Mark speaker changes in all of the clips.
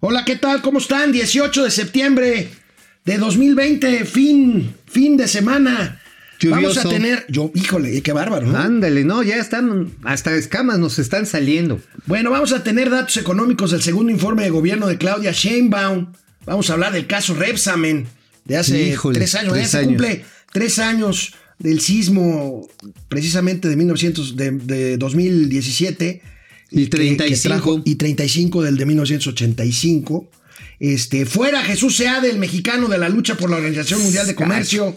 Speaker 1: Hola, ¿qué tal? ¿Cómo están? 18 de septiembre de 2020, fin, fin de semana. Vamos a
Speaker 2: Lluvioso.
Speaker 1: tener, yo, híjole, qué bárbaro, ¿no?
Speaker 2: Ándale, no, ya están, hasta escamas nos están saliendo.
Speaker 1: Bueno, vamos a tener datos económicos del segundo informe de gobierno de Claudia Sheinbaum. Vamos a hablar del caso Repsamen de hace
Speaker 2: Híjole,
Speaker 1: tres años.
Speaker 2: tres
Speaker 1: ya se
Speaker 2: años.
Speaker 1: cumple tres años del sismo, precisamente de 1900, de, de 2017.
Speaker 2: Y
Speaker 1: eh, que- que
Speaker 2: 35.
Speaker 1: trajo- y 35 del de 1985. Este, fuera Jesús Seade, el mexicano de la lucha por la Organización Mundial de Comercio.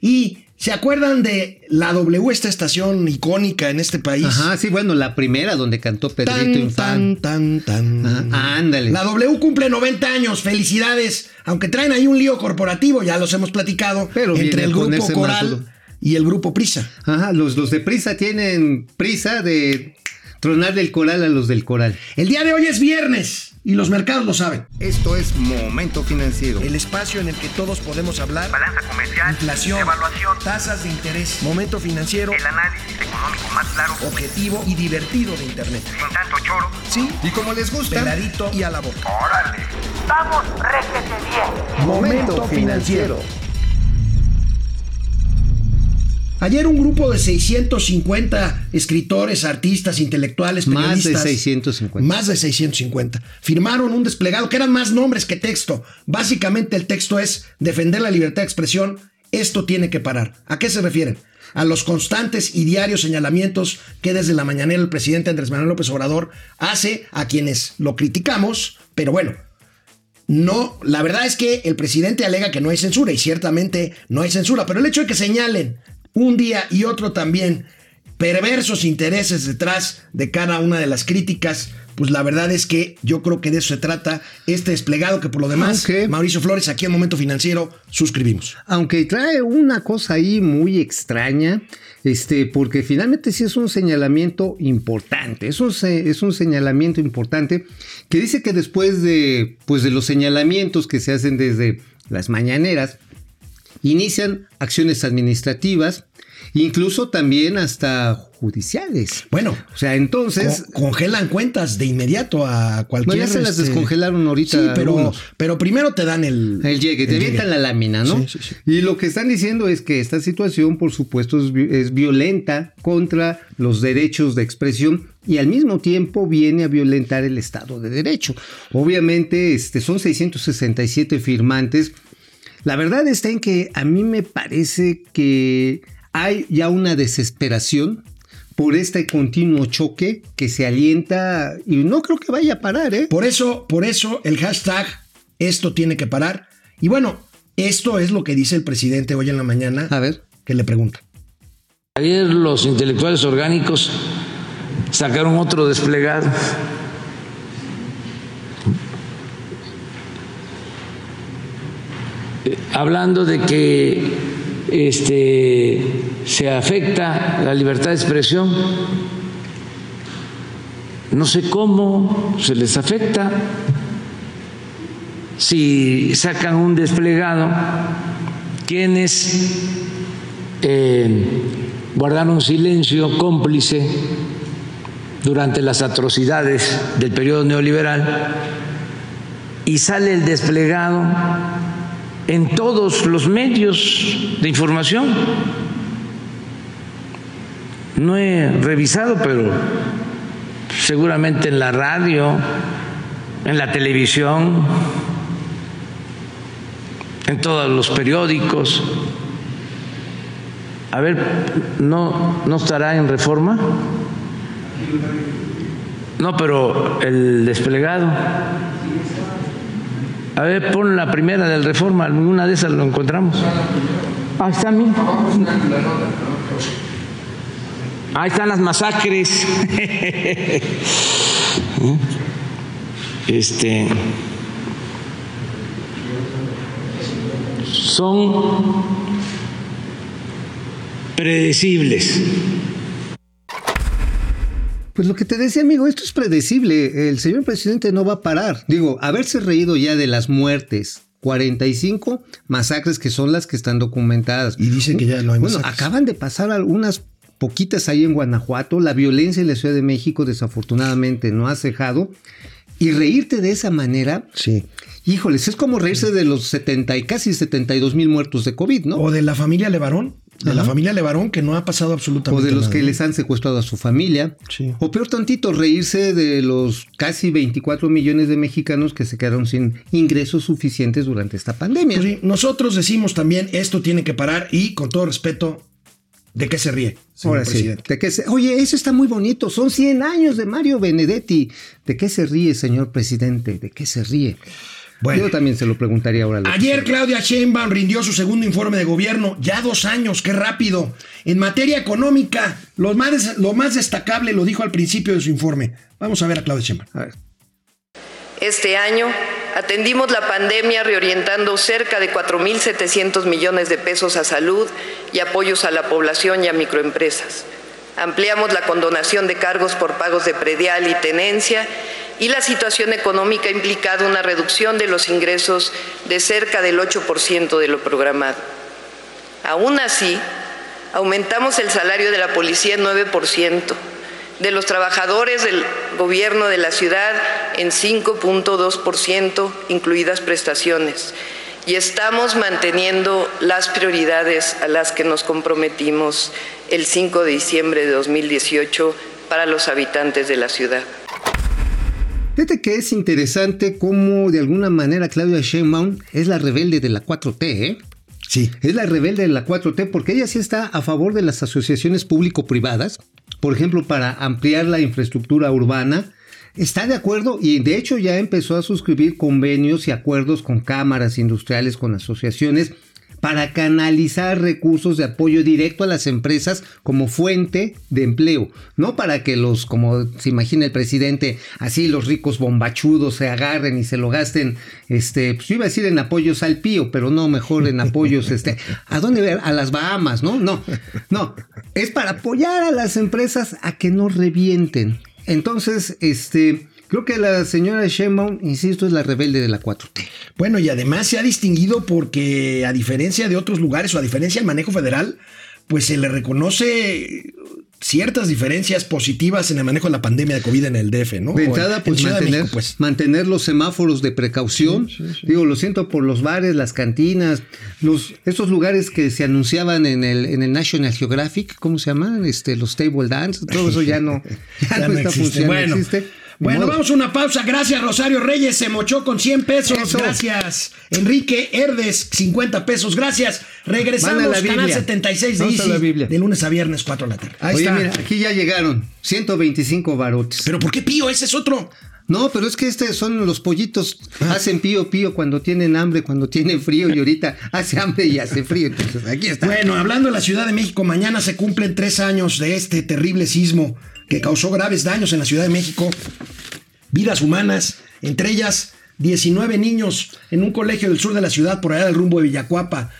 Speaker 1: Y se acuerdan de la W, esta estación icónica en este país.
Speaker 2: Ajá, sí, bueno, la primera donde cantó Pedrito
Speaker 1: Tan,
Speaker 2: Infante.
Speaker 1: tan, tan, tan.
Speaker 2: Ah, ándale.
Speaker 1: La W cumple 90 años, felicidades. Aunque traen ahí un lío corporativo, ya los hemos platicado,
Speaker 2: Pero viene
Speaker 1: entre el
Speaker 2: a
Speaker 1: grupo
Speaker 2: ponerse
Speaker 1: Coral
Speaker 2: masudo.
Speaker 1: y el grupo Prisa.
Speaker 2: Ajá, los, los de prisa tienen prisa de tronar del coral a los del coral.
Speaker 1: El día de hoy es viernes y los mercados lo saben.
Speaker 3: Esto es Momento Financiero.
Speaker 1: El espacio en el que todos podemos hablar,
Speaker 4: balanza comercial,
Speaker 1: inflación,
Speaker 4: evaluación,
Speaker 1: tasas de interés, momento financiero,
Speaker 4: el análisis económico más claro,
Speaker 1: objetivo y divertido de Internet.
Speaker 4: sin tanto choro.
Speaker 1: Sí,
Speaker 3: Y como les gusta,
Speaker 1: peladito y a la boca.
Speaker 4: ¡Órale! ¡Vamos, réquete bien!
Speaker 3: Momento Financiero.
Speaker 1: Ayer un grupo de 650 escritores, artistas, intelectuales,
Speaker 2: Más
Speaker 1: periodistas.
Speaker 2: de 650.
Speaker 1: Más de 650. Firmaron un desplegado que eran más nombres que texto. Básicamente el texto es defender la libertad de expresión. Esto tiene que parar. ¿A qué se refieren? A los constantes y diarios señalamientos que desde la mañanera el presidente Andrés Manuel López Obrador hace a quienes lo criticamos. Pero bueno, no, la verdad es que el presidente alega que no hay censura y ciertamente no hay censura, pero el hecho de que señalen un día y otro también perversos intereses detrás de cada una de las críticas, pues la verdad es que yo creo que de eso se trata este desplegado que por lo demás,
Speaker 2: Ok.
Speaker 1: Mauricio Flores, aquí en Momento Financiero, suscribimos.
Speaker 2: Aunque trae una cosa ahí muy extraña, este, porque finalmente sí es un señalamiento importante, es un, se- es un señalamiento importante que dice que después de, pues de los señalamientos que se hacen desde las mañaneras, inician acciones administrativas, incluso también hasta judiciales.
Speaker 1: Bueno,
Speaker 2: O sea, entonces,
Speaker 1: co- congelan cuentas de inmediato a cualquier... este,
Speaker 2: Bueno, ya se las descongelaron ahorita
Speaker 1: Sí, pero,
Speaker 2: algunos.
Speaker 1: pero primero te dan el...
Speaker 2: El llegue, te
Speaker 1: el
Speaker 2: avientan
Speaker 1: llegue.
Speaker 2: la lámina, ¿no?
Speaker 1: Sí, sí, sí.
Speaker 2: Y lo que están diciendo es que esta situación, por supuesto, es, vi- es violenta contra los derechos de expresión y al mismo tiempo viene a violentar el Estado de Derecho. Obviamente, este, son 667 firmantes. La verdad está en que a mí me parece que hay ya una desesperación por este continuo choque que se alienta y no creo que vaya a parar, ¿eh?
Speaker 1: Por eso, por eso el hashtag esto tiene que parar. Y bueno, esto es lo que dice el presidente hoy en la mañana
Speaker 2: A ver.
Speaker 1: que le pregunta.
Speaker 5: Ayer los intelectuales orgánicos sacaron otro desplegado. Eh, Hablando de que este, se afecta la libertad de expresión, no sé cómo se les afecta si sacan un desplegado quienes eh, guardaron silencio cómplice durante las atrocidades del periodo neoliberal y sale el desplegado en todos los medios de información. No he revisado, pero seguramente en la radio, en la televisión, en todos los periódicos. A ver, ¿no, ¿no estará en reforma? No, pero el desplegado. A ver, pon la primera del reforma, alguna de esas lo encontramos. Ahí está, mira. Ahí están las masacres. Este. Son predecibles.
Speaker 2: Pues lo que te decía, amigo, esto es predecible. El señor presidente no va a parar. Digo, haberse reído ya de las muertes. 45 masacres que son las que están documentadas.
Speaker 1: Y dicen que ya no hay
Speaker 2: Bueno,
Speaker 1: masacres.
Speaker 2: acaban de pasar algunas poquitas ahí en Guanajuato. La violencia en la Ciudad de México, desafortunadamente, no ha cejado. Y reírte de esa manera,
Speaker 1: Sí.
Speaker 2: híjoles, es como reírse de los 70 y casi 72 mil muertos de COVID, ¿no?
Speaker 1: O de la familia Levarón. De la familia Levarón que no ha pasado
Speaker 2: O
Speaker 1: absolutamente
Speaker 2: de los
Speaker 1: nada.
Speaker 2: que les han secuestrado a su familia.
Speaker 1: Sí.
Speaker 2: O peor tantito, reírse de los casi 24 millones de mexicanos que se quedaron sin ingresos suficientes durante esta pandemia.
Speaker 1: Pues sí, nosotros decimos también esto tiene que parar y con todo respeto, ¿de qué se ríe? señor
Speaker 2: Ahora sí,
Speaker 1: presidente?
Speaker 2: ¿de qué se- Oye, eso está muy bonito. Son 100 años de Mario Benedetti. ¿De qué se ríe, señor presidente? ¿De qué se ríe?
Speaker 1: Bueno.
Speaker 2: Yo también se lo preguntaría ahora. a la
Speaker 1: Ayer
Speaker 2: oposición.
Speaker 1: Claudia Sheinbaum rindió su segundo informe de gobierno, ya dos años, qué rápido. En materia económica, lo más, des- lo más destacable lo dijo al principio de su informe. Vamos a ver a Claudia Sheinbaum.
Speaker 2: A ver.
Speaker 6: Este año atendimos la pandemia reorientando cerca de 4.700 millones de pesos a salud y apoyos a la población y a microempresas. Ampliamos la condonación de cargos por pagos de predial y tenencia y la situación económica ha implicado una reducción de los ingresos de cerca del 8% de lo programado. Aún así, aumentamos el salario de la policía en 9%, de los trabajadores del gobierno de la ciudad en 5.2%, incluidas prestaciones, y estamos manteniendo las prioridades a las que nos comprometimos el 5 de diciembre de 2018 para los habitantes de la ciudad.
Speaker 2: Fíjate que es interesante cómo de alguna manera Claudia Sheinbaum es la rebelde de la 4T, ¿eh?
Speaker 1: Sí.
Speaker 2: Es la rebelde de la 4T porque ella sí está a favor de las asociaciones público-privadas, por ejemplo, para ampliar la infraestructura urbana. Está de acuerdo y de hecho ya empezó a suscribir convenios y acuerdos con cámaras industriales, con asociaciones, para canalizar recursos de apoyo directo a las empresas como fuente de empleo. No para que los, como se imagina el presidente, así los ricos bombachudos se agarren y se lo gasten, este, pues yo iba a decir en apoyos al pío, pero no, mejor en apoyos, este, ¿a dónde ver? A las Bahamas, ¿no? No, no, es para apoyar a las empresas a que no revienten. Entonces, este, creo que la señora Sheinbaum, insisto, es la rebelde de la 4T.
Speaker 1: Bueno, y además se ha distinguido porque, a diferencia de otros lugares o a diferencia del manejo federal, pues se le reconoce ciertas diferencias positivas en el manejo de la pandemia de COVID en el DF, ¿no?
Speaker 2: De
Speaker 1: O en-
Speaker 2: entrada,
Speaker 1: en
Speaker 2: pues,
Speaker 1: Ciudad de
Speaker 2: mantener,
Speaker 1: México, pues.
Speaker 2: mantener los semáforos de precaución. Digo, lo siento por los bares, las cantinas, los, esos lugares que se anunciaban en el, en el National Geographic, ¿cómo se llaman? Este, los table dance, todo eso ya no, ya
Speaker 1: Ya
Speaker 2: no
Speaker 1: no
Speaker 2: está
Speaker 1: existe.
Speaker 2: funcionando.
Speaker 1: Bueno,
Speaker 2: existe. Ni
Speaker 1: bueno,
Speaker 2: modo.
Speaker 1: vamos a una pausa. Gracias, Rosario Reyes. Se mochó con 100 pesos.
Speaker 2: Eso.
Speaker 1: Gracias. Enrique Herdes, 50 pesos. Gracias.
Speaker 2: Van a
Speaker 1: Regresamos,
Speaker 2: la
Speaker 1: canal
Speaker 2: Biblia.
Speaker 1: 76 de
Speaker 2: Vamos a la
Speaker 1: Easy,
Speaker 2: Biblia.
Speaker 1: de lunes a viernes, 4 de la tarde. Ahí
Speaker 2: Oye,
Speaker 1: está.
Speaker 2: mira, aquí ya llegaron 125 barotes.
Speaker 1: Pero ¿por qué pío? Ese es otro.
Speaker 2: No, pero es que estos son los pollitos.
Speaker 1: Ah.
Speaker 2: Hacen pío pío cuando tienen hambre, cuando tienen frío y ahorita hace hambre y hace frío. Entonces, aquí está.
Speaker 1: Pues Bueno, hablando de la Ciudad de México, mañana se cumplen tres años de este terrible sismo que causó graves daños en la Ciudad de México, vidas humanas, entre ellas 19 niños en un colegio del sur de la ciudad por allá del rumbo de Villacuapa,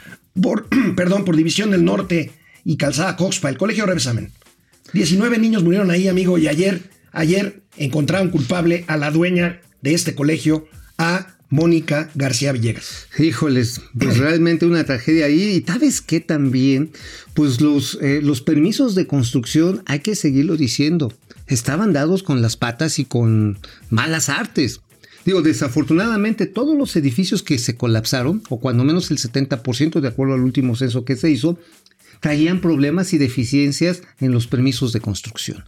Speaker 1: por, perdón, por División del Norte y Calzada Coxpa, el colegio Revesamen. 19 niños murieron ahí, amigo, y ayer, ayer encontraron culpable a la dueña de este colegio, a Mónica García Villegas.
Speaker 2: Híjoles, pues realmente una tragedia ahí. Y sabes qué también, pues los, eh, los permisos de construcción, hay que seguirlo diciendo, estaban dados con las patas y con malas artes. Digo, desafortunadamente todos los edificios que se colapsaron, o cuando menos el 70% de acuerdo al último censo que se hizo, traían problemas y deficiencias en los permisos de construcción.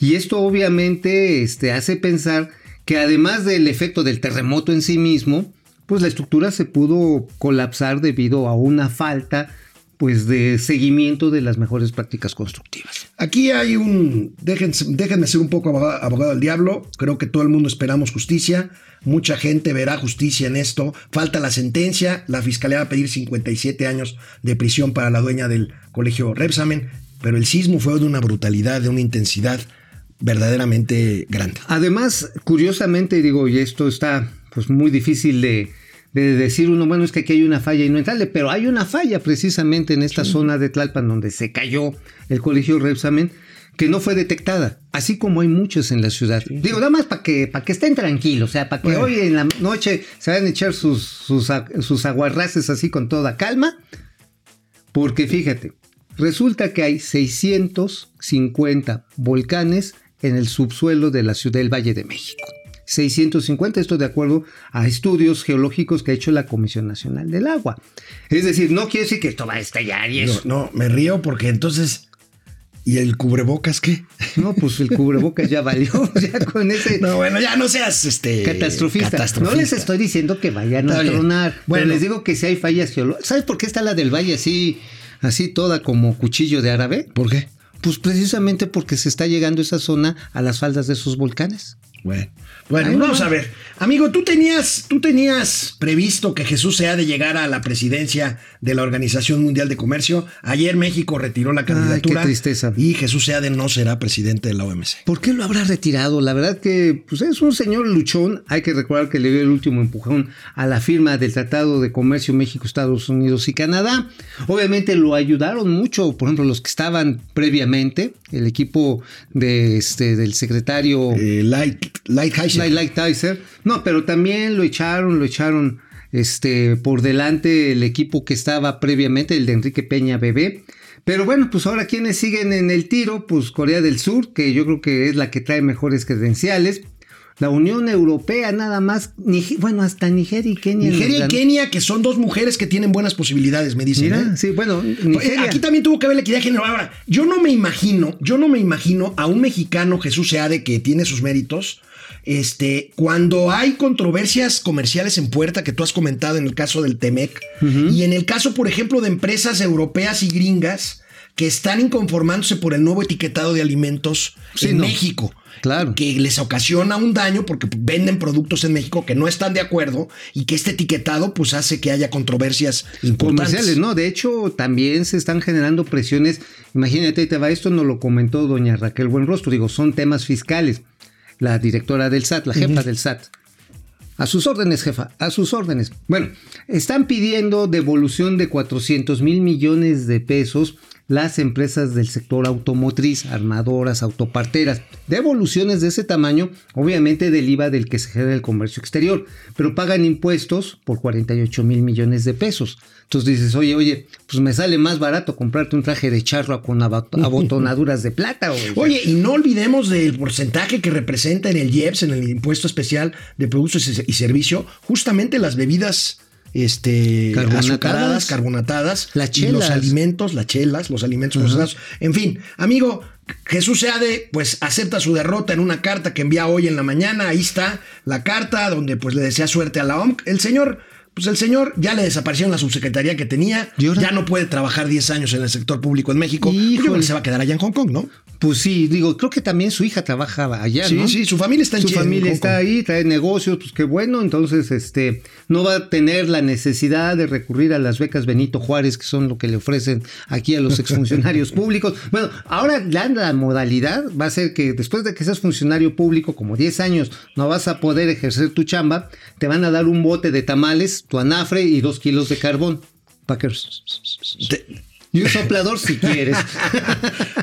Speaker 2: Y esto obviamente este, hace pensar que además del efecto del terremoto en sí mismo, pues la estructura se pudo colapsar debido a una falta pues de seguimiento de las mejores prácticas constructivas.
Speaker 1: Aquí hay un. Déjense, déjenme ser un poco abogado, abogado del diablo. Creo que todo el mundo esperamos justicia. Mucha gente verá justicia en esto. Falta la sentencia. La fiscalía va a pedir 57 años de prisión para la dueña del colegio Repsamen. Pero el sismo fue de una brutalidad, de una intensidad verdaderamente grande.
Speaker 2: Además, curiosamente digo, y esto está pues muy difícil de, de decir uno, bueno, es que aquí hay una falla y no entrarle, pero hay una falla precisamente en esta zona de Tlalpan donde se cayó el colegio Repsamen que no fue detectada, así como hay muchos en la ciudad. Digo, nada más para que, para que estén tranquilos, o sea, para que
Speaker 1: Bueno.
Speaker 2: hoy en la noche se vayan a echar sus, sus, a- sus aguarraces así con toda calma, Porque fíjate, resulta que hay 650 volcanes en el subsuelo de la ciudad del Valle de México. 650. Esto de acuerdo a estudios geológicos que ha hecho la Comisión Nacional del Agua. Es decir, no quiere decir que esto va a estallar y
Speaker 1: No,
Speaker 2: eso.
Speaker 1: no, me río porque entonces. ¿Y el cubrebocas qué?
Speaker 2: No, pues el cubrebocas ya valió. Ya con ese.
Speaker 1: No, bueno, ya no seas este.
Speaker 2: Catastrofista.
Speaker 1: catastrofista.
Speaker 2: No les estoy diciendo que vayan
Speaker 1: Está
Speaker 2: a
Speaker 1: bien.
Speaker 2: tronar.
Speaker 1: Bueno.
Speaker 2: Bueno, les digo que si hay fallas geológicas. ¿Sabes por qué está la del valle así, así toda como cuchillo de árabe?
Speaker 1: ¿Por qué?
Speaker 2: Pues precisamente porque se está llegando esa zona a las faldas de esos volcanes.
Speaker 1: Bueno, bueno
Speaker 2: Ahí
Speaker 1: vamos
Speaker 2: nomás.
Speaker 1: a ver. Amigo, tú tenías, tú tenías previsto que Jesús se ha de llegar a la presidencia de la Organización Mundial de Comercio. Ayer México retiró la candidatura.
Speaker 2: qué tristeza.
Speaker 1: Y Jesús Seade no será presidente de la OMC.
Speaker 2: ¿Por qué lo habrá retirado? La verdad que pues es un señor luchón. Hay que recordar que le dio el último empujón a la firma del Tratado de Comercio México, Estados Unidos y Canadá. Obviamente lo ayudaron mucho, por ejemplo, los que estaban previamente, el equipo de, este, del secretario
Speaker 1: Eh, Light, Lighthizer.
Speaker 2: Light Light Tyser. No, pero también lo echaron, lo echaron este, por delante el equipo que estaba previamente, el de Enrique Peña Bebé. Pero bueno, pues ahora quienes siguen en el tiro, pues Corea del Sur, que yo creo que es la que trae mejores credenciales. La Unión Europea nada más, Nige- bueno, hasta Nigeria y Kenia.
Speaker 1: Nigeria y
Speaker 2: nos dan-
Speaker 1: Kenia, que son dos mujeres que tienen buenas posibilidades, me dicen.
Speaker 2: Mira,
Speaker 1: ¿eh?
Speaker 2: sí, bueno,
Speaker 1: Pues, eh,
Speaker 2: Nigeria.
Speaker 1: Aquí también tuvo que haber la equidad de género. Ahora, yo no me imagino, yo no me imagino a un mexicano Jesús Seade que tiene sus méritos. Este, cuando hay controversias comerciales en puerta que tú has comentado en el caso del Temec y en el caso, por ejemplo, de empresas europeas y gringas que están inconformándose por el nuevo etiquetado de alimentos
Speaker 2: Sí,
Speaker 1: en
Speaker 2: no.
Speaker 1: México,
Speaker 2: Claro.
Speaker 1: que les ocasiona un daño porque venden productos en México que no están de acuerdo y que este etiquetado pues hace que haya controversias importantes.
Speaker 2: comerciales, ¿no? De hecho, también se están generando presiones. Imagínate, ahí te va, esto nos lo comentó doña Raquel Buenrostro, digo, son temas fiscales. La directora del SAT, la jefa del SAT. A sus órdenes, jefa, a sus órdenes. Bueno, están pidiendo devolución de 400 mil millones de pesos las empresas del sector automotriz, armadoras, autoparteras. Devoluciones de ese tamaño, obviamente del IVA del que se genera el comercio exterior, pero pagan impuestos por 48 mil millones de pesos. Entonces dices, oye, oye, pues me sale más barato comprarte un traje de charro con abot- abotonaduras de plata. güey.
Speaker 1: Oye, y no olvidemos del porcentaje que representa en el IEPS, en el impuesto especial de productos y y servicio, justamente las bebidas este,
Speaker 2: Carbonatadas.
Speaker 1: azucaradas, carbonatadas,
Speaker 2: Las
Speaker 1: y los
Speaker 2: chelas.
Speaker 1: alimentos, las chelas, los alimentos procesados. En fin, amigo, Jesús Seade, pues acepta su derrota en una carta que envía hoy en la mañana. Ahí está la carta donde pues le desea suerte a la OMC. El señor. Pues el señor ya le desaparecieron la subsecretaría que tenía,
Speaker 2: ¿Y ahora?
Speaker 1: ya no puede trabajar 10 años en el sector público en México. Yo creo que
Speaker 2: Híjole.
Speaker 1: se va a quedar allá en Hong Kong, ¿no?
Speaker 2: Pues sí, digo, creo que también su hija trabajaba allá,
Speaker 1: Sí,
Speaker 2: ¿no?
Speaker 1: sí, su familia está en
Speaker 2: Su
Speaker 1: Chile, en
Speaker 2: familia
Speaker 1: Hong
Speaker 2: está
Speaker 1: Kong.
Speaker 2: ahí, trae negocios, pues qué bueno, entonces este no va a tener la necesidad de recurrir a las becas Benito Juárez, que son lo que le ofrecen aquí a los exfuncionarios públicos. Bueno, ahora la, la modalidad va a ser que después de que seas funcionario público, como 10 años, no vas a poder ejercer tu chamba, te van a dar un bote de tamales, tu anafre y dos kilos de carbón. Packers. Y un soplador si quieres.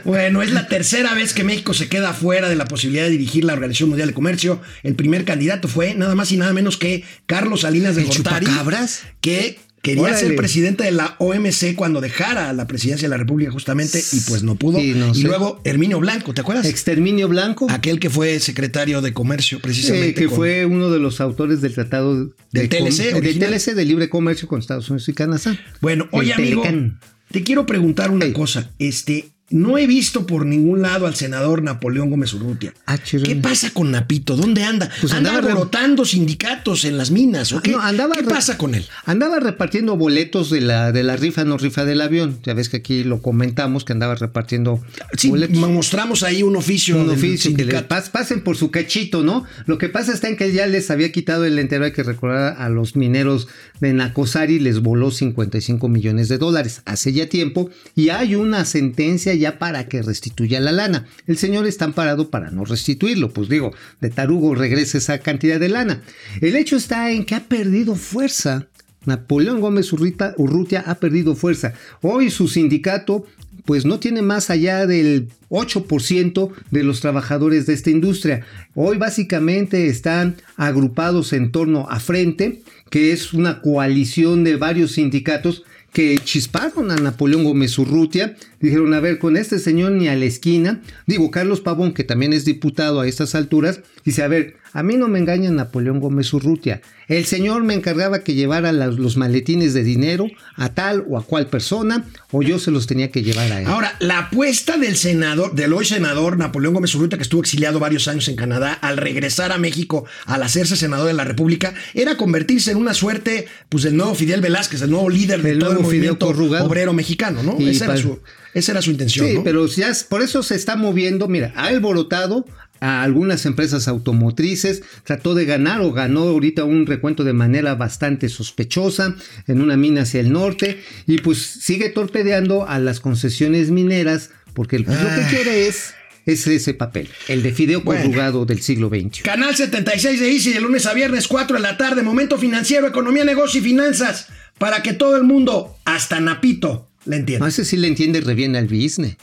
Speaker 1: Bueno, es la tercera vez que México se queda fuera de la posibilidad de dirigir la Organización Mundial de Comercio. El primer candidato fue nada más y nada menos que Carlos Salinas de
Speaker 2: ¿El
Speaker 1: Gortari,
Speaker 2: chupacabras?
Speaker 1: que quería
Speaker 2: Órale.
Speaker 1: ser presidente de la OMC cuando dejara la presidencia de la República justamente y pues no pudo.
Speaker 2: Sí, no
Speaker 1: y
Speaker 2: sé.
Speaker 1: luego Herminio Blanco, ¿te acuerdas?
Speaker 2: Exterminio blanco.
Speaker 1: Aquel que fue secretario de Comercio precisamente.
Speaker 2: Eh, que
Speaker 1: con-
Speaker 2: fue uno de los autores del tratado
Speaker 1: Del
Speaker 2: com-
Speaker 1: TLC
Speaker 2: del
Speaker 1: original.
Speaker 2: TLC de libre comercio con Estados Unidos y Canadá.
Speaker 1: Bueno,
Speaker 2: El
Speaker 1: oye amigo,
Speaker 2: Telecán.
Speaker 1: te quiero preguntar una
Speaker 2: Ey.
Speaker 1: cosa. Este, no he visto por ningún lado al senador Napoleón Gómez Urrutia.
Speaker 2: Ah, chirón.
Speaker 1: ¿Qué pasa con Napito? ¿Dónde anda?
Speaker 2: Pues
Speaker 1: anda
Speaker 2: andaba re- Ah,
Speaker 1: alborotando sindicatos en las minas, ¿o qué?
Speaker 2: No, andaba
Speaker 1: ¿Qué
Speaker 2: re-
Speaker 1: pasa con él?
Speaker 2: Andaba repartiendo boletos de la, de la rifa, no rifa del avión. Ya ves que aquí lo comentamos que andaba repartiendo
Speaker 1: Sí,
Speaker 2: boletos.
Speaker 1: mostramos ahí un oficio.
Speaker 2: un
Speaker 1: del
Speaker 2: oficio que le
Speaker 1: sindicato.
Speaker 2: pas- pasen por su cachito, ¿no? Lo que pasa está en que ya les había quitado el entero, hay que recordar a los mineros de Nacosari, les voló 55 millones de dólares hace ya tiempo y hay una sentencia ya para que restituya la lana. El señor está amparado para no restituirlo, pues digo, de tarugo regresa esa cantidad de lana. El hecho está en que ha perdido fuerza. Napoleón Gómez Urrita- Urrutia ha perdido fuerza. Hoy su sindicato pues no tiene más allá del 8% de los trabajadores de esta industria. Hoy básicamente están agrupados en torno a Frente, que es una coalición de varios sindicatos que chisparon a Napoleón Gómez Urrutia, dijeron, a ver, con este señor ni a la esquina, digo, Carlos Pavón, que también es diputado a estas alturas, dice, a ver, A mí no me engaña Napoleón Gómez Urrutia. El señor me encargaba que llevara las- los maletines de dinero a tal o a cual persona, o yo se los tenía que llevar a él.
Speaker 1: Ahora, la apuesta del senador, del hoy senador Napoleón Gómez Urrutia, que estuvo exiliado varios años en Canadá, al regresar a México, al hacerse senador de la República, era convertirse en una suerte, pues, del nuevo Fidel Velázquez, el nuevo líder de
Speaker 2: El
Speaker 1: todo el
Speaker 2: nuevo Fidel
Speaker 1: movimiento
Speaker 2: corrugado.
Speaker 1: obrero mexicano, ¿no?
Speaker 2: Y
Speaker 1: Esa era,
Speaker 2: pa-
Speaker 1: su, esa era su intención,
Speaker 2: Sí,
Speaker 1: ¿no?
Speaker 2: pero ya es- por eso se está moviendo, mira, ha alborotado a algunas empresas automotrices, trató de ganar o ganó ahorita un recuento de manera bastante sospechosa en una mina hacia el norte y pues sigue torpedeando a las concesiones mineras porque el- lo que
Speaker 1: Ah.
Speaker 2: quiere es, es ese papel, el de fideo
Speaker 1: Bueno.
Speaker 2: conjugado del siglo XXI.
Speaker 1: Canal 76 de Easy de lunes a viernes 4 de la tarde, momento financiero, economía, negocio y finanzas, para que todo el mundo, hasta Napito, le
Speaker 2: A
Speaker 1: entienda.
Speaker 2: ese sí le entiende re bien al business.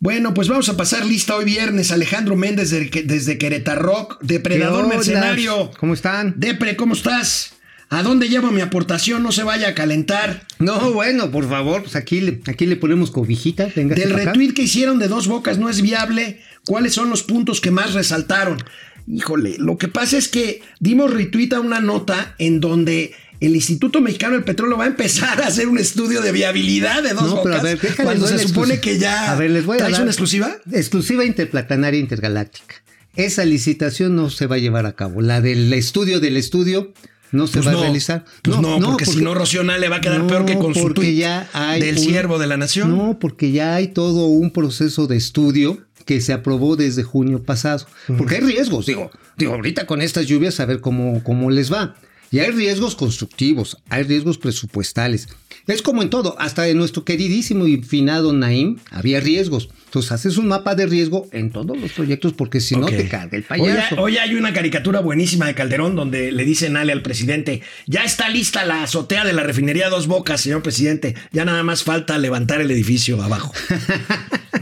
Speaker 1: Bueno, pues vamos a pasar lista hoy viernes. Alejandro Méndez de- desde Querétaro, Rock, depredador
Speaker 2: ¿Qué onda?
Speaker 1: mercenario.
Speaker 2: ¿Cómo están?
Speaker 1: Depre, ¿cómo estás? ¿A dónde llevo mi aportación? No se vaya a calentar.
Speaker 2: No, bueno, por favor, pues aquí le, aquí le ponemos cobijita. venga
Speaker 1: Del
Speaker 2: para acá.
Speaker 1: retweet que hicieron de dos bocas no es viable. ¿Cuáles son los puntos que más resaltaron? Híjole, lo que pasa es que dimos retweet a una nota en donde el Instituto Mexicano del Petróleo va a empezar a hacer un estudio de viabilidad de dos
Speaker 2: No,
Speaker 1: bocas.
Speaker 2: pero a ver, déjales,
Speaker 1: cuando
Speaker 2: doy
Speaker 1: se
Speaker 2: la
Speaker 1: supone
Speaker 2: exclusiva.
Speaker 1: que ya
Speaker 2: A ver, les voy a
Speaker 1: traes
Speaker 2: dar-
Speaker 1: una exclusiva.
Speaker 2: Exclusiva interplatanaria intergaláctica. Esa licitación no se va a llevar a cabo. La del estudio del estudio no se
Speaker 1: Pues
Speaker 2: va
Speaker 1: no,
Speaker 2: a realizar.
Speaker 1: pues no, porque si no, Rocío Nale va a quedar peor que con su
Speaker 2: porque
Speaker 1: tuit
Speaker 2: ya hay
Speaker 1: del siervo de la nación.
Speaker 2: No, porque ya hay todo un proceso de estudio que se aprobó desde junio pasado. Porque hay riesgos, digo, digo, ahorita con estas lluvias a ver cómo, cómo les va. Y hay riesgos constructivos, hay riesgos presupuestales. Es como en todo, hasta en nuestro queridísimo y finado Naim había riesgos. Entonces haces un mapa de riesgo en todos los proyectos porque si
Speaker 1: Ok.
Speaker 2: no te carga el
Speaker 1: Hoy,
Speaker 2: payaso.
Speaker 1: hoy hay una caricatura buenísima de Calderón donde le dicen Ale al presidente, ya está lista la azotea de la refinería Dos Bocas, señor presidente, ya nada más falta levantar el edificio abajo.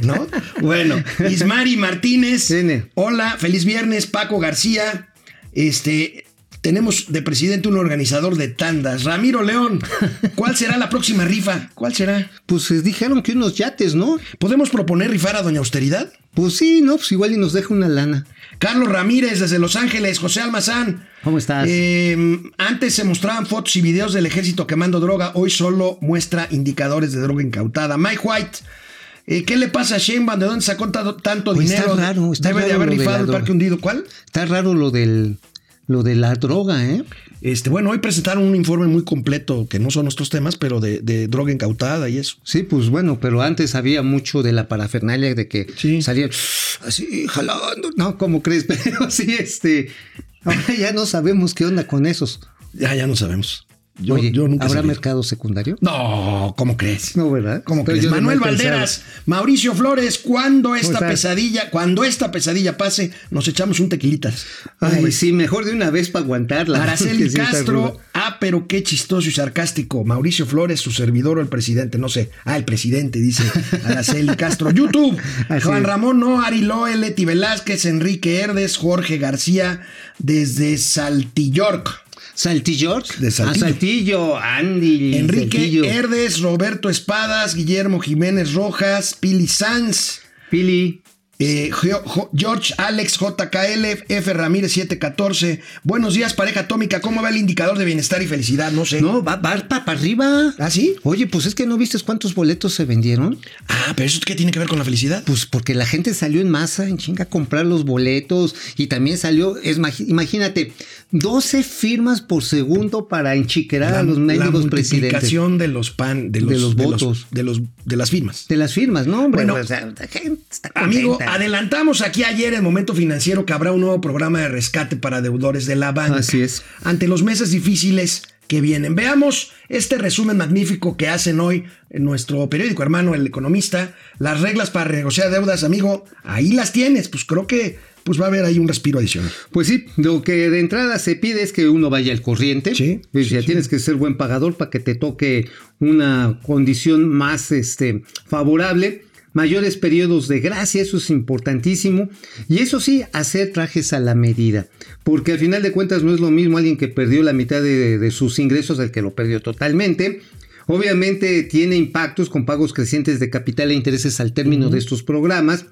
Speaker 1: ¿No? Bueno, Ismari Martínez,
Speaker 2: Tiene.
Speaker 1: hola, feliz viernes, Paco García, este... Tenemos de presidente un organizador de tandas, Ramiro León. ¿Cuál será la próxima rifa? ¿Cuál será?
Speaker 2: Pues eh, dijeron que unos yates, ¿no?
Speaker 1: ¿Podemos proponer rifar a Doña Austeridad?
Speaker 2: Pues sí, ¿no? Pues igual y nos deja una lana.
Speaker 1: Carlos Ramírez desde Los Ángeles, José Almazán.
Speaker 2: ¿Cómo estás?
Speaker 1: Eh, antes se mostraban fotos y videos del ejército quemando droga, hoy solo muestra indicadores de droga incautada. Mike White, eh, ¿qué le pasa a Sheinbaum? ¿De dónde sacó tanto, tanto
Speaker 2: Pues está
Speaker 1: dinero?
Speaker 2: raro, está
Speaker 1: Debe de
Speaker 2: raro
Speaker 1: haber
Speaker 2: lo de
Speaker 1: rifado
Speaker 2: la
Speaker 1: el
Speaker 2: droga.
Speaker 1: parque hundido. ¿Cuál?
Speaker 2: Está raro lo del lo de la droga, ¿eh?
Speaker 1: Este, bueno, hoy presentaron un informe muy completo, que no son nuestros temas, pero de, de droga incautada y eso.
Speaker 2: Sí, pues bueno, pero antes había mucho de la parafernalia de que
Speaker 1: Sí.
Speaker 2: salían así jalando, no, ¿cómo crees? Pero sí, este, ahora ya no sabemos qué onda con esos.
Speaker 1: Ya, ya no sabemos. Yo,
Speaker 2: Oye,
Speaker 1: yo nunca
Speaker 2: ¿habrá
Speaker 1: sabía.
Speaker 2: mercado secundario?
Speaker 1: No, ¿cómo crees?
Speaker 2: No, ¿verdad?
Speaker 1: ¿Cómo
Speaker 2: Pero
Speaker 1: crees?
Speaker 2: yo de
Speaker 1: Manuel
Speaker 2: mal pensado.
Speaker 1: Valderas, Mauricio Flores, cuando esta
Speaker 2: estás?
Speaker 1: pesadilla, cuando esta pesadilla pase, nos echamos un tequilitas.
Speaker 2: Ay,
Speaker 1: Hombre.
Speaker 2: sí, mejor de una vez para aguantarla.
Speaker 1: Araceli
Speaker 2: que sí está
Speaker 1: Castro,
Speaker 2: ruda.
Speaker 1: ah, pero qué chistoso y sarcástico. Mauricio Flores, su servidor o el presidente, no sé. Ah, el presidente, dice Araceli Castro. YouTube,
Speaker 2: Así
Speaker 1: Juan
Speaker 2: es.
Speaker 1: Ramón Noari Loe, Leti Velázquez, Enrique Herdes, Jorge García, desde Saltillo.
Speaker 2: Saltillo.
Speaker 1: De Saltillo.
Speaker 2: Ah, Saltillo, Andy.
Speaker 1: Enrique
Speaker 2: Saltillo.
Speaker 1: Herdes, Roberto Espadas, Guillermo Jiménez Rojas, Pili Sanz,
Speaker 2: Pili.
Speaker 1: eh, Jo- Jo- George Alex JKL, F. Ramírez 714. Buenos días, pareja atómica. ¿Cómo va el indicador de bienestar y felicidad? No sé.
Speaker 2: No, va, va para arriba.
Speaker 1: ¿Ah, sí?
Speaker 2: Oye, pues es que no viste cuántos boletos se vendieron.
Speaker 1: Ah, pero eso qué tiene que ver con la felicidad.
Speaker 2: Pues porque la gente salió en masa, en chinga, a comprar los boletos y también salió, es magi- imagínate, 12 firmas por segundo para enchiquerar a Ah, los médicos presidentes.
Speaker 1: multiplicación de los pan, de los,
Speaker 2: De los
Speaker 1: de
Speaker 2: votos.
Speaker 1: de los, de las firmas.
Speaker 2: De las firmas, ¿no, hombre?
Speaker 1: Bueno,
Speaker 2: o sea, la gente está
Speaker 1: Amigo,
Speaker 2: contenta.
Speaker 1: adelantamos aquí ayer el momento financiero que habrá un nuevo programa de rescate para deudores de la banca.
Speaker 2: Así es.
Speaker 1: Ante los meses difíciles que vienen. Veamos este resumen magnífico que hacen hoy en nuestro periódico hermano El Economista. Las reglas para renegociar deudas, amigo, ahí las tienes. Pues creo que pues va a haber ahí un respiro adicional.
Speaker 2: Pues sí, lo que de entrada se pide es que uno vaya al corriente. pues
Speaker 1: Sí,
Speaker 2: Y
Speaker 1: sí,
Speaker 2: ya
Speaker 1: sí.
Speaker 2: tienes que ser buen pagador para que te toque una condición más este, favorable. Mayores periodos de gracia, eso es importantísimo. Y eso sí, hacer trajes a la medida. Porque al final de cuentas no es lo mismo alguien que perdió la mitad de, de sus ingresos al que lo perdió totalmente. Obviamente tiene impactos con pagos crecientes de capital e intereses al término de estos programas.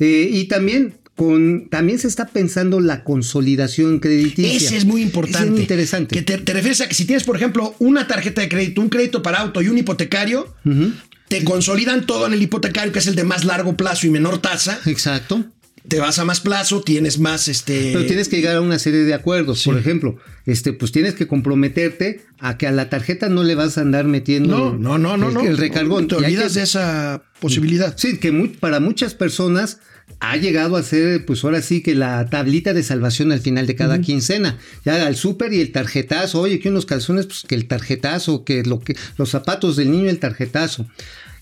Speaker 2: Eh, y también, con, también se está pensando la consolidación crediticia.
Speaker 1: Ese es muy
Speaker 2: Ese
Speaker 1: importante.
Speaker 2: es muy interesante.
Speaker 1: Que te, te refieres a que si tienes, por ejemplo, una tarjeta de crédito, un crédito para auto y un hipotecario, te consolidan todo en el hipotecario, que es el de más largo plazo y menor tasa.
Speaker 2: Exacto.
Speaker 1: Te vas a más plazo, tienes más este.
Speaker 2: Pero tienes que llegar a una serie de acuerdos. Por ejemplo, este, pues tienes que comprometerte a que a la tarjeta no le vas a andar metiendo
Speaker 1: No, no, no, no.
Speaker 2: el,
Speaker 1: no.
Speaker 2: el recargón.
Speaker 1: Te
Speaker 2: Y hay
Speaker 1: olvidas
Speaker 2: que-
Speaker 1: de esa posibilidad.
Speaker 2: Sí, que mu- para muchas personas ha llegado a ser, pues ahora sí que la tablita de salvación al final de cada quincena. Ya al súper y el tarjetazo. Oye, que unos calzones, pues que el tarjetazo, que, lo que los zapatos del niño, el tarjetazo.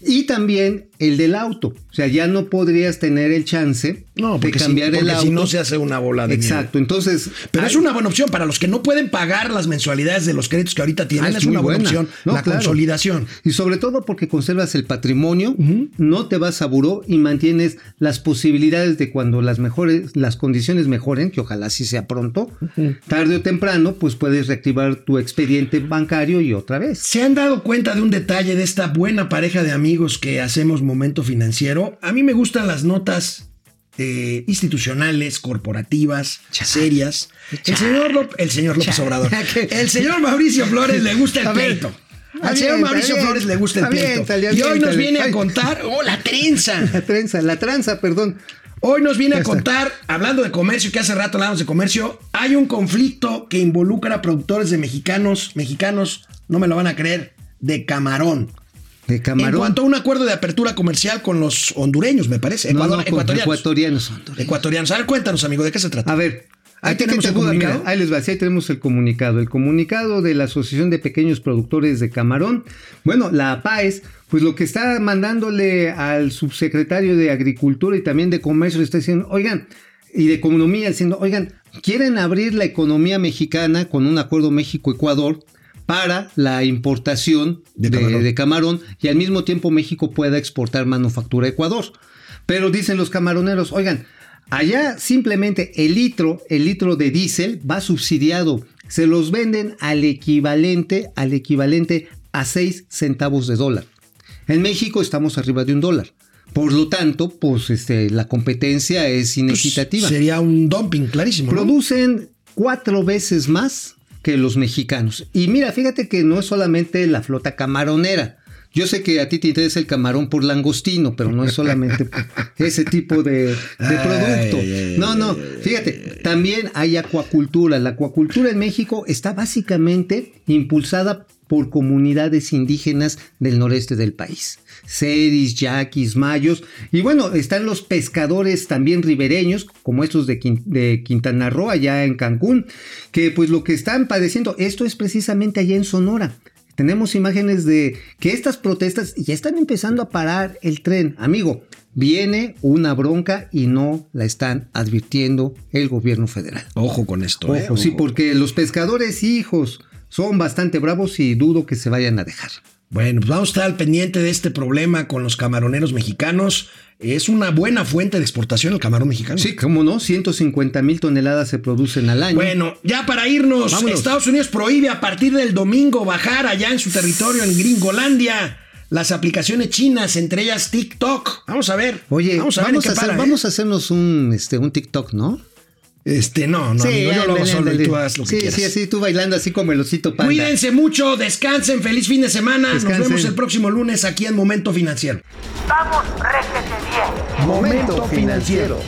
Speaker 2: Y también el del auto. O sea, ya no podrías tener el chance
Speaker 1: No,
Speaker 2: de
Speaker 1: porque,
Speaker 2: cambiar
Speaker 1: si,
Speaker 2: el
Speaker 1: porque
Speaker 2: auto.
Speaker 1: si no se hace una bola de nieve.
Speaker 2: Exacto. Entonces.
Speaker 1: Pero
Speaker 2: hay-
Speaker 1: es una buena opción para los que no pueden pagar las mensualidades de los créditos que ahorita tienen.
Speaker 2: Ah,
Speaker 1: es
Speaker 2: muy
Speaker 1: una buena,
Speaker 2: buena.
Speaker 1: opción
Speaker 2: No,
Speaker 1: la
Speaker 2: claro.
Speaker 1: consolidación.
Speaker 2: Y sobre todo porque conservas el patrimonio, no te vas a buró y mantienes las posibilidades de cuando las mejores, las condiciones mejoren, que ojalá sí sea pronto, tarde o temprano, pues puedes reactivar tu expediente bancario y otra vez.
Speaker 1: ¿Se han dado cuenta de un detalle de esta buena pareja de amigos que hacemos Momento Financiero? A mí me gustan las notas eh, institucionales, corporativas, serias. El señor, Lop- el señor López Obrador. El señor Mauricio Flores le gusta el
Speaker 2: A ver.
Speaker 1: pleito. Al
Speaker 2: Avienta,
Speaker 1: señor Mauricio
Speaker 2: avienta,
Speaker 1: Flores le gusta el pleito.
Speaker 2: aviéntale,
Speaker 1: Y hoy nos
Speaker 2: aviéntale.
Speaker 1: viene a
Speaker 2: Ay.
Speaker 1: contar... ¡Oh, la trenza!
Speaker 2: La trenza, la tranza, perdón.
Speaker 1: Hoy nos viene a
Speaker 2: Exacto.
Speaker 1: contar, hablando de comercio, que hace rato hablamos de comercio, hay un conflicto que involucra a productores de mexicanos, mexicanos, no me lo van a creer, de camarón.
Speaker 2: De
Speaker 1: En
Speaker 2: camarón.
Speaker 1: cuanto a un acuerdo de apertura comercial con los hondureños, me parece,
Speaker 2: No, no,
Speaker 1: Ecuador-
Speaker 2: con
Speaker 1: ecuatorianos.
Speaker 2: ecuatorianos, hondureños.
Speaker 1: Ecuatorianos. A ver, cuéntanos, amigo, ¿de qué se trata?
Speaker 2: A ver.
Speaker 1: Ahí
Speaker 2: ¿a ti qué
Speaker 1: tenemos
Speaker 2: te
Speaker 1: el
Speaker 2: acuda?
Speaker 1: comunicado.
Speaker 2: Mira, ahí les va, sí, ahí tenemos el comunicado. El comunicado de la Asociación de Pequeños Productores de Camarón. Bueno, la APAES, pues lo que está mandándole al subsecretario de Agricultura y también de Comercio, le está diciendo, oigan, y de Economía, diciendo, oigan, quieren abrir la economía mexicana con un acuerdo México-Ecuador para la importación
Speaker 1: De
Speaker 2: de,
Speaker 1: camarón.
Speaker 2: de camarón y al mismo tiempo México pueda exportar manufactura a Ecuador. Pero dicen los camaroneros, oigan, allá simplemente el litro, el litro de diésel va subsidiado, se los venden al equivalente, al equivalente a 6 centavos de dólar. En México estamos arriba de un dólar. Por lo tanto, pues este, la competencia es
Speaker 1: Pues,
Speaker 2: inequitativa
Speaker 1: Sería un dumping clarísimo. ¿no?
Speaker 2: producen cuatro veces más que los mexicanos. Y mira, fíjate que no es solamente la flota camaronera. Yo sé que a ti te interesa el camarón por langostino, pero no es solamente ese tipo de, de producto. No, no, fíjate, también hay acuacultura. La acuacultura en México está básicamente impulsada por comunidades indígenas del noreste del país. Seris, yaquis, mayos. Y bueno, están los pescadores también ribereños, como estos de, Quin- de Quintana Roo, allá en Cancún, que pues lo que están padeciendo, esto es precisamente allá en Sonora. Tenemos imágenes de que estas protestas ya están empezando a parar el tren. Amigo, viene una bronca y no la están advirtiendo el gobierno federal.
Speaker 1: Ojo con esto. ¿eh?
Speaker 2: Ojo, sí,
Speaker 1: Ojo.
Speaker 2: porque los pescadores hijos son bastante bravos y dudo que se vayan a dejar.
Speaker 1: Bueno, pues vamos a estar al pendiente de este problema con los camaroneros mexicanos. Es una buena fuente de exportación el camarón mexicano.
Speaker 2: Sí, cómo no, 150 mil toneladas se producen al año.
Speaker 1: Bueno, ya para irnos,
Speaker 2: Vámonos.
Speaker 1: Estados Unidos prohíbe a partir del domingo bajar allá en su territorio, en Gringolandia, las aplicaciones chinas, entre ellas TikTok. Vamos a ver.
Speaker 2: Oye,
Speaker 1: vamos
Speaker 2: vamos
Speaker 1: a
Speaker 2: a,
Speaker 1: ver en qué
Speaker 2: hacer-
Speaker 1: para, ¿eh?
Speaker 2: vamos a hacernos un, este, un TikTok, ¿no?
Speaker 1: Este, no, no, amigo, yo lo hago
Speaker 2: ándale,
Speaker 1: solo y
Speaker 2: ándale.
Speaker 1: tú haz lo que
Speaker 2: sí,
Speaker 1: quieras.
Speaker 2: Sí, así tú bailando así como el osito panda.
Speaker 1: Cuídense mucho, descansen, feliz fin de semana.
Speaker 2: Descansen.
Speaker 1: Nos vemos el próximo lunes aquí en Momento Financiero.
Speaker 4: Vamos, réquete bien.
Speaker 3: Momento financiero.